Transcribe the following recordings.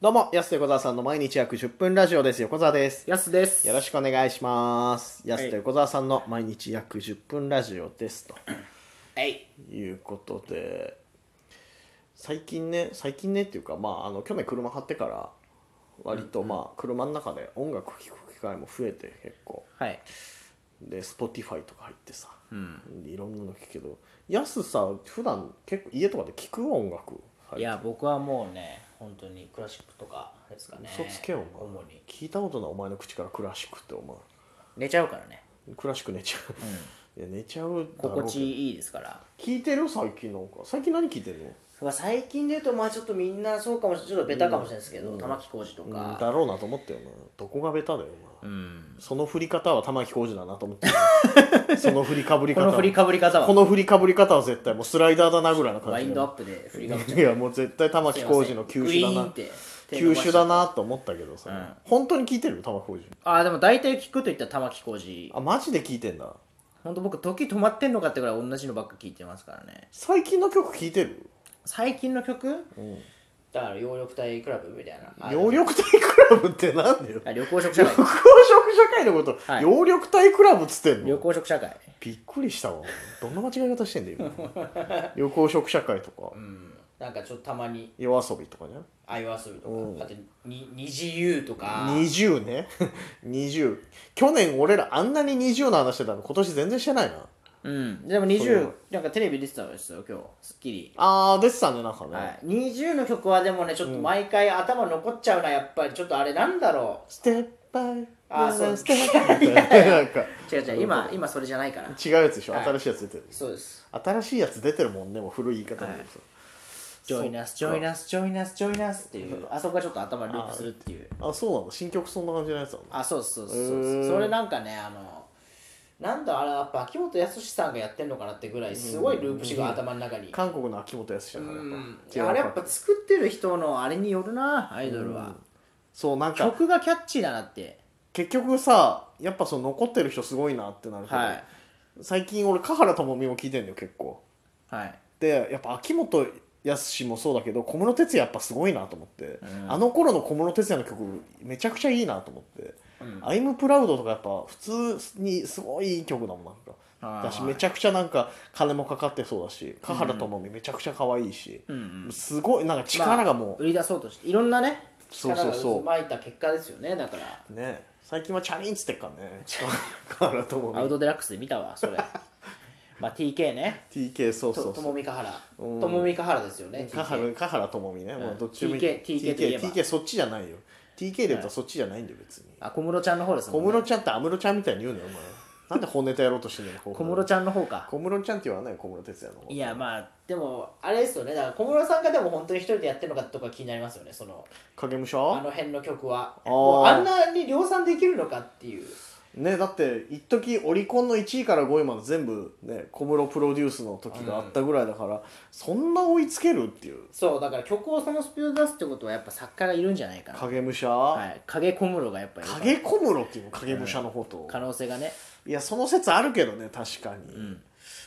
どうも、安と横澤さんの毎日約10分ラジオです。横澤です。やすです。よろしくお願いします。い安と横澤さんの毎日約10分ラジオです。えい。ということで、最近ね、最近ねっていうか、まあ、あの去年車買ってから、割とまあ、車の中で音楽聴く機会も増えて結構。はい。で、Spotify とか入ってさ、うん。でいろんなの聴くけど、安さ、普段結構家とかで聴く音楽。いや、僕はもうね、本当にクラシックとかですかね。嘘つけよ、お前主に。聞いたことないお前の口からクラシックってお前。寝ちゃうからね。クラシック寝ちゃう、いや寝ちゃうだろう心地いいですから。聞いてる最近なんか最近何聞いてるのまあ最近で言うと、まあちょっとみんなそうかもしれない。ちょっとベタかもしれないですけど、玉置浩二とうんか。だろうなと思ったよなどこがベタだよおう前ん。その振り方は玉置浩二だなと思ったよ その振りかぶりこ方の振りかぶり方こは、の振りかぶり方は絶対もうスライダーだなぐらいの感ワイじンだドアよップで振りかぶっちゃいやもう絶対玉置浩二の球種だグイーンなって球種だなと思ったけどさ、うん本当に聞いてる玉置浩二う。ああ、でも大体聞くといったら玉置浩二。あマジで聞いてんだ本当僕、時止まってんのかってぐらい同じのばっか聞いてますからね。最近の曲聞いてる最近の曲だから、葉緑体クラブみたいな。あ葉緑体クラブってなんだよあ緑黄色社会緑。黄色社会のこと、はい葉緑体クラブっつってん緑の黄色社会。びっくりしたわどんな間違い方してんだよ今 緑黄色社会とかうん。なんかちょっとたまに夜遊びとかねあいわするとうんか、あとに二次優とか20ね 20去年俺らあんなに20の話してたの今年全然してないなうん。でもそれは20、なんかテレビ出てたんですよ、今日、スッキリ。あー出てたねなんかね、はい、20の曲はでもね、ちょっと毎回頭残っちゃうな、やっぱり、ちょっとあれなんだろステップバイあーそうステップ バイみたいななんかう。違う違う、今、今それじゃないから。違うやつでしょ、はい新しいやつ出てるそうです。新しいやつ出てるもんねもう古い言い方でもさ、ジョイナス、ジそっかョイナス、ジョイナス、ジョイナスっていう、あそこがちょっと頭ループするっていう。あそうなんだ新曲そんな感じのやつなんだあ、そうです、そうです、そうへでーす。それなんかね、あの、なんだあれ、やっぱ秋元康さんがやってんのかなってぐらい、すごいループしが頭の中に。韓国の秋元康じゃんうんいややあっぱれやっぱ作ってる人のあれによるなアイドルは、そうなんか曲がキャッチーだなって結局さやっぱその残ってる人すごいなってなるけど、はい最近俺華原朋美も聞いてんのよ結構はいでやっぱ秋元康もそうだけど小室哲哉やっぱすごいなと思って、うんあの頃の小室哲哉の曲めちゃくちゃいいなと思ってうん「アイムプラウドとかやっぱ普通にすごいいい曲だもんなんかあーだしめちゃくちゃなんか金もかかってそうだし華原朋美めちゃくちゃ可愛いし、うんうんすごいなんか力がもう、売り出そうとしていろんなねそうそうそう力が渦巻いた結果ですよねだからね最近はチャリンっつってっからね 河原智アウ美トデラックスで見たわそれ まあ TK ね TK そうそとうとそうもみかはらうんともみかはらですよね TK 河原河原智美ね、もうどっちでもいい TK TK といえ TK, ば TK そっちじゃないよ TK で言ったらそっちじゃないんだよ別にあ小室ちゃんの方ですも小んね室ちゃんって安室ちゃんみたいに言うのよお前なんで本ネタやろうと してんのよ小室ちちゃんの方かゃん小室ちゃんって言わないよ小室哲哉の方いやまあでもあれですよねだから小室さんがでも本当に一人でやってるのかとか気になりますよねその影武あ者の辺の曲はあーもうあんなに量産できるのかっていうねだって一時オリコンの1位から5位まで全部ね小室プロデュースの時があったぐらいだから、そんな追いつけるっていうそうだから曲をそのスピードで出すってことはやっぱ作家がいるんじゃないかな影武者、はい、影小室がやっぱり影小室っていうの影武者の方と、可能性がねいやその説あるけどね確かに、い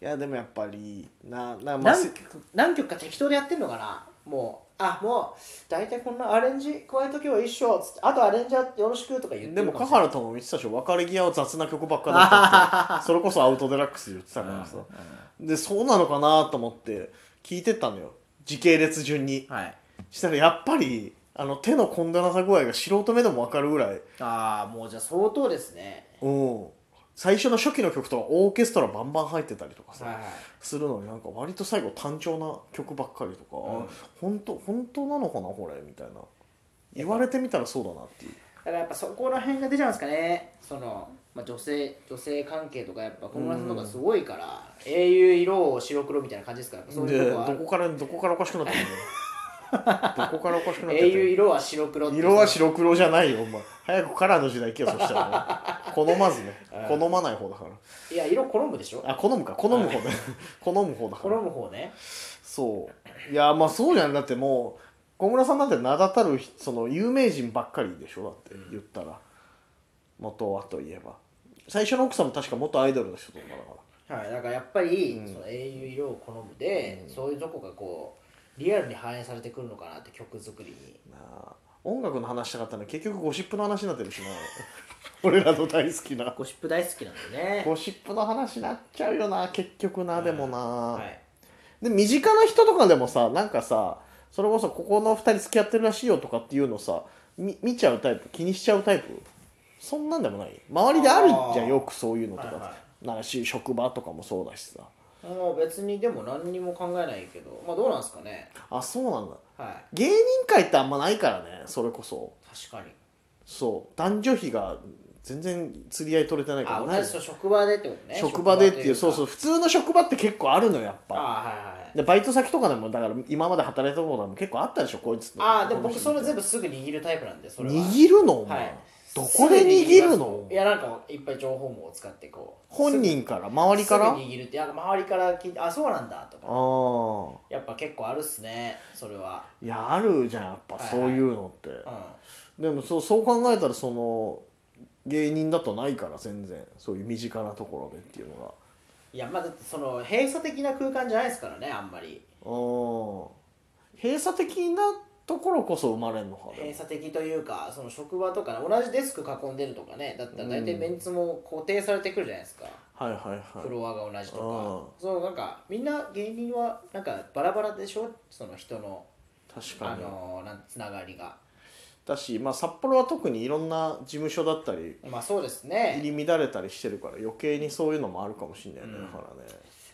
やでもやっぱりなな、まあ、何曲何曲か適当でやってんのかなもうあもう大体こんなアレンジ加えとけば一緒つってあとアレンジャーよろしくとか言ってでるもかも華しれない原朋美言ってたでしょ別れ際は雑な曲ばっかだったってそれこそアウトデラックスで言ってたからさ、でそうなのかなと思って聞いてったのよ時系列順にはいしたらやっぱりあの手の込んだなさ具合が素人目でも分かるぐらいああもうじゃあ相当ですねうん最初の初期の曲とかオーケストラバンバン入ってたりとかさ、はいはいするのになんか割と最後単調な曲ばっかりとか、うん本当本当なのかなこれみたいな言われてみたらそうだなっていうだからやっぱそこら辺が出ちゃうんですかねその、まあ、女性女性関係とかやっぱ小室さんとかすごいから、英雄色を白黒みたいな感じですからやっぱそういでうどとこはあるこからどこからおかしくなってる のどこからおかしくなって英雄る色は白黒っていう色は白黒じゃないよお前早くカラーの時代行けよそしたらね好まずね好まない方だからいや色好むでしょあ好むか好む方だ好む方だか好らむ方ねそういやまあそうじゃんだってもう小村さんなんて名だたるその有名人ばっかりでしょだって言ったら元はといえば最初の奥さんも確か元アイドルの人とかだからはいだからやっぱり、その英雄色を好むで、そういうとこがこうリアルに反映されてくるのかなって曲作りになあ音楽の話したかったのに結局ゴシップの話になってるしな 俺らの大好きなゴシップ大好きなんでねゴシップの話になっちゃうよな結局なでもな、はいで身近な人とかでもさなんかさそれこそここの2人付き合ってるらしいよとかっていうのさみ見ちゃうタイプ気にしちゃうタイプそんなんでもない周りであるじゃあんーよくそういうのとか、はいはなんかし職場とかもそうだしさもう別にでも何にも考えないけどまあどうなんですかねあそうなんだはい芸人界ってあんまないからねそれこそ確かにそう男女比が全然釣り合い取れてないからあない同じそう職場でってことね職場でっていうそうそうう普通の職場って結構あるのよやっぱあーはいはいでバイト先とかでもだから今まで働いたところでも結構あったでしょこいつとああでも僕こそのれ人全部すぐ握るタイプなんでそれは握るのお前、はいどこで握るすぐ握りまのすいやなんかいっぱい情報網を使ってこう本人から周りからあすぐ握るってあの周りから聞いてあそうなんだとあかーやっぱ結構あるっすねそれはいやあるじゃんやっぱはいはいそういうのって、うんでもそうそう考えたらその芸人だとないから全然そういう身近なところでっていうのがいやまあだってその閉鎖的な空間じゃないですからねあんまりうん閉鎖的なところこそ生まれるのか閉鎖的というかその職場とか同じデスク囲んでるとかねだったら大体メンツも固定されてくるじゃないですか、はいはいはいフロアが同じうとんかそうなんかみんな芸人はなんかバラバラでしょその人の確あかにのなんつながりがだし、まあ、札幌は特にいろんな事務所だったりまあそうですね入り乱れたりしてるから余計にそういうのもあるかもしれないね、うんだからね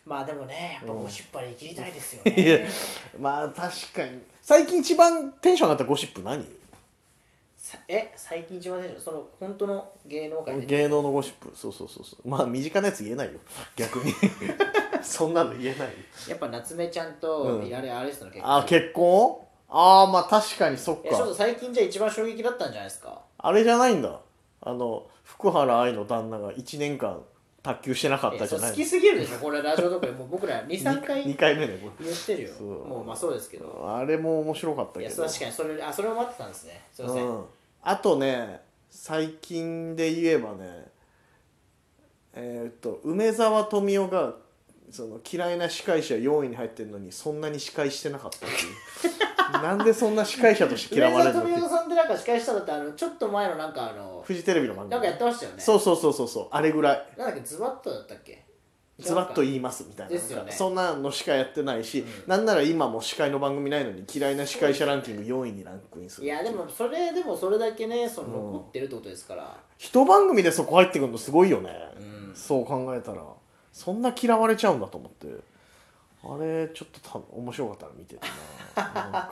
まあでもねやっぱゴシップは切りたいですよいやね まあ確かに最近一番テンション上がったゴシップ何さえ最近一番最初その本当の芸能界で芸能のゴシップそうそうそうそうまあ身近なやつ言えないよ逆 にそんなの言えないよやっぱ夏目ちゃんとうんあれあれですの結あ構結婚ああまあ確かにそっえちょっとか最近じゃ一番衝撃だったんじゃないですかあれじゃないんだあの福原愛の旦那が1年間卓球してなかったいやじそゃうな好いきすぎるでしょこれラジオとかでもう僕ら23回2言回目ねこれってるよそうもうまあそうですけどあれも面白かったけいやどそう確かにそれあそれを待ってたんですねすいません、うん、あとね最近で言えばねえーっと梅沢富美男がその嫌いな司会者4位に入ってるのにそんなに司会してなかったっていう なんでそんな司会者として嫌梅われ沢るのっ富美て男さんってなんか司会したんだってあのちょっと前のなんかあのフジテレビの番組なんかやってましたよねそうそうそうそうそうあれぐらいなんだっけズバッとだったっけズバッとい言いますみたいなですよねなんかそんなのしかやってないし、なんなら今も司会の番組ないのに嫌いな司会者ランキング4位にランクインするいやでもそれでもそれだけねそのうん残ってるってことですから、一番組でそこ入ってくるのすごいよね、うんそう考えたらそんな嫌われちゃうんだと思ってあれちょっとた面白かったら見ててななん か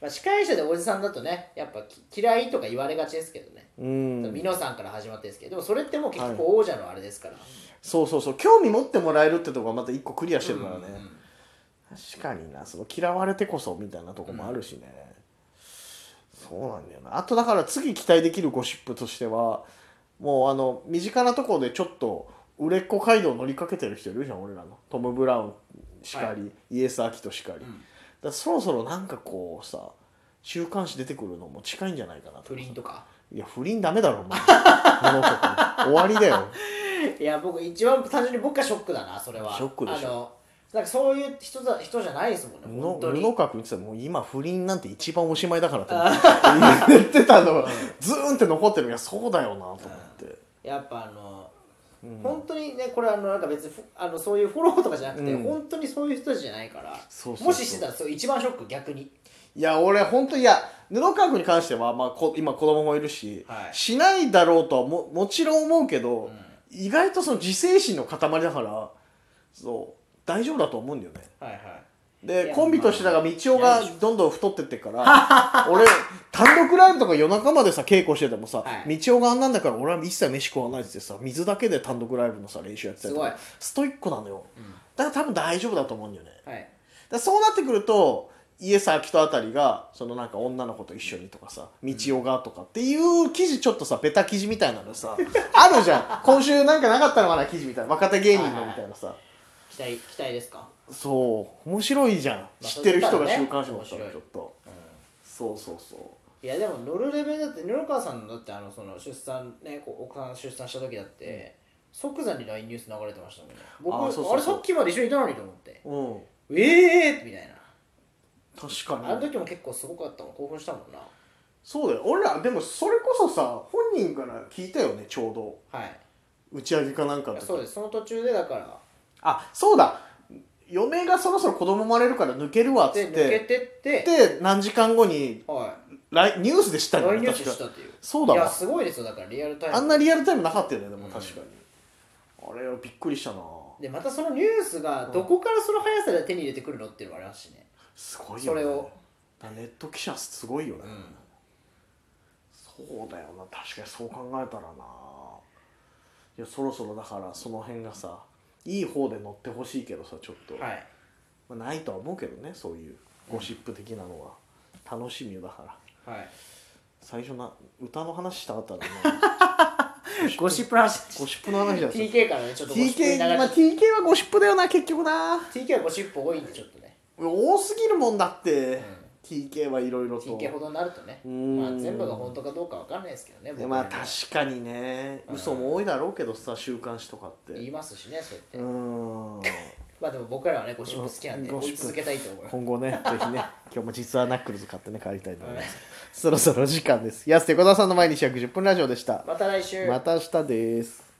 まあ、司会者でおじさんだとねやっぱき嫌いとか言われがちですけどね、う美濃んさんから始まってですけどでもそれってもう結構王者のあれですから、そうそうそう興味持ってもらえるってとこがまた一個クリアしてるからね、うんうん確かになその嫌われてこそみたいなとこもあるしね、そうなんだよなあとだから次期待できるゴシップとしてはもうあの身近なところでちょっと売れっ子街道乗りかけてる人いるじゃん俺らのトム・ブラウンしかり、イエス・アキトしかり、だからそろそろなんかこうさ週刊誌出てくるのも近いんじゃないかなと不倫とかいや不倫ダメだろお前物とか終わりだよいや僕一番単純に僕がショックだなそれはショックでしょあのなんかそういう人だ人じゃないですもんね本当布に布川君言ってたもう今不倫なんて一番おしまいだからって言ってたのがズーンって残ってるいやそうだよなと思ってやっぱあの、本当にねこれあのなんか別にふあのそういうフォローとかじゃなくて、うん本当にそういう人じゃないからそうそうそうもししてたらそう一番ショック逆にいや俺本当いや布川君に関しては、まあ、こ今子供もいるし、はいしないだろうとはももちろん思うけど、意外とその自制心の塊だからそう大丈夫だと思うんだよねはいはいいでやコンビとしてだから道夫まあがどんどん太ってってっから 俺単独ライブとか夜中までさ稽古しててもさ、はい道夫があんなんだから俺は一切飯食わないっつってさ水だけで単独ライブのさ練習やってたりとすかごいストイックなのよ、だから多分大丈夫だと思うんだよねだかはいらそうなってくるとイエス・アキトあたりがそのなんか女の子と一緒にとかさ道夫がとかっていう記事ちょっとさベタ記事みたいなのさあるじゃん今週なんかなかったのかな記事みたいな若手芸人のみたいなさ、期待期待ですかそう面白いじゃん、あ知ってる人が週刊誌そうもいうことさだねちょっと、そうそうそういやでも乗るレベルだって布川さんのだってあのその出産ねこう奥さん出産した時だって、即座に LINE ニュース流れてましたもんね僕ああそうそうそうれさっきまで一緒にいたのにと思ってうんええー、みたいな確かあのに時も結構すごかったもん興奮したもんなそうだよ俺らでもそれこそさ本人から聞いたよねちょうどはい打ち上げかなんかのいや時そうですその途中でだからあそうだ嫁がそろそろ子供生まれるから抜けるわっつでっ抜けててってで何時間後には来ニュースで知っいたんだ大よニねュース確したかっていうそうだいやわすごいですよだからリアルタイムあんなリアルタイムなかったよねでも確かに、あれはびっくりしたなでまたそのニュースがどこからその速さで手に入れてくるのっていうのがありますしねすごいよそねれをだネット記者すごいよね、んそうだよな確かにそう考えたらないやそろそろだからその辺がさいい方で乗ってほしいけどさちょっと、はいまあないとは思うけどねそういうゴシップ的なのは楽しみよだからはい最初な歌の話したか ったらねゴシップの話ゴシップの話だった TK からねちょっとゴシップに TK 流れちゃまあっ TK はゴシップだよな結局なた TK はゴシップ多いんでちょっとね多すぎるもんだって、TK はいろいろと TK ほどになるとねうんまあ全部が本当かどうかわかんないですけどねで僕まあらには確かにねうん嘘も多いだろうけどさ週刊誌とかって言いうますしねそうやって、ーんまあでも僕らはねゴシップ好きなんでゴシ追ッいプ続けたいと思います今後ねぜひね今日も実はナックルズ買ってね帰りたいと思いますそろそろ時間です安手小田さんの毎日約10分ラジオでしたまた来週また明日です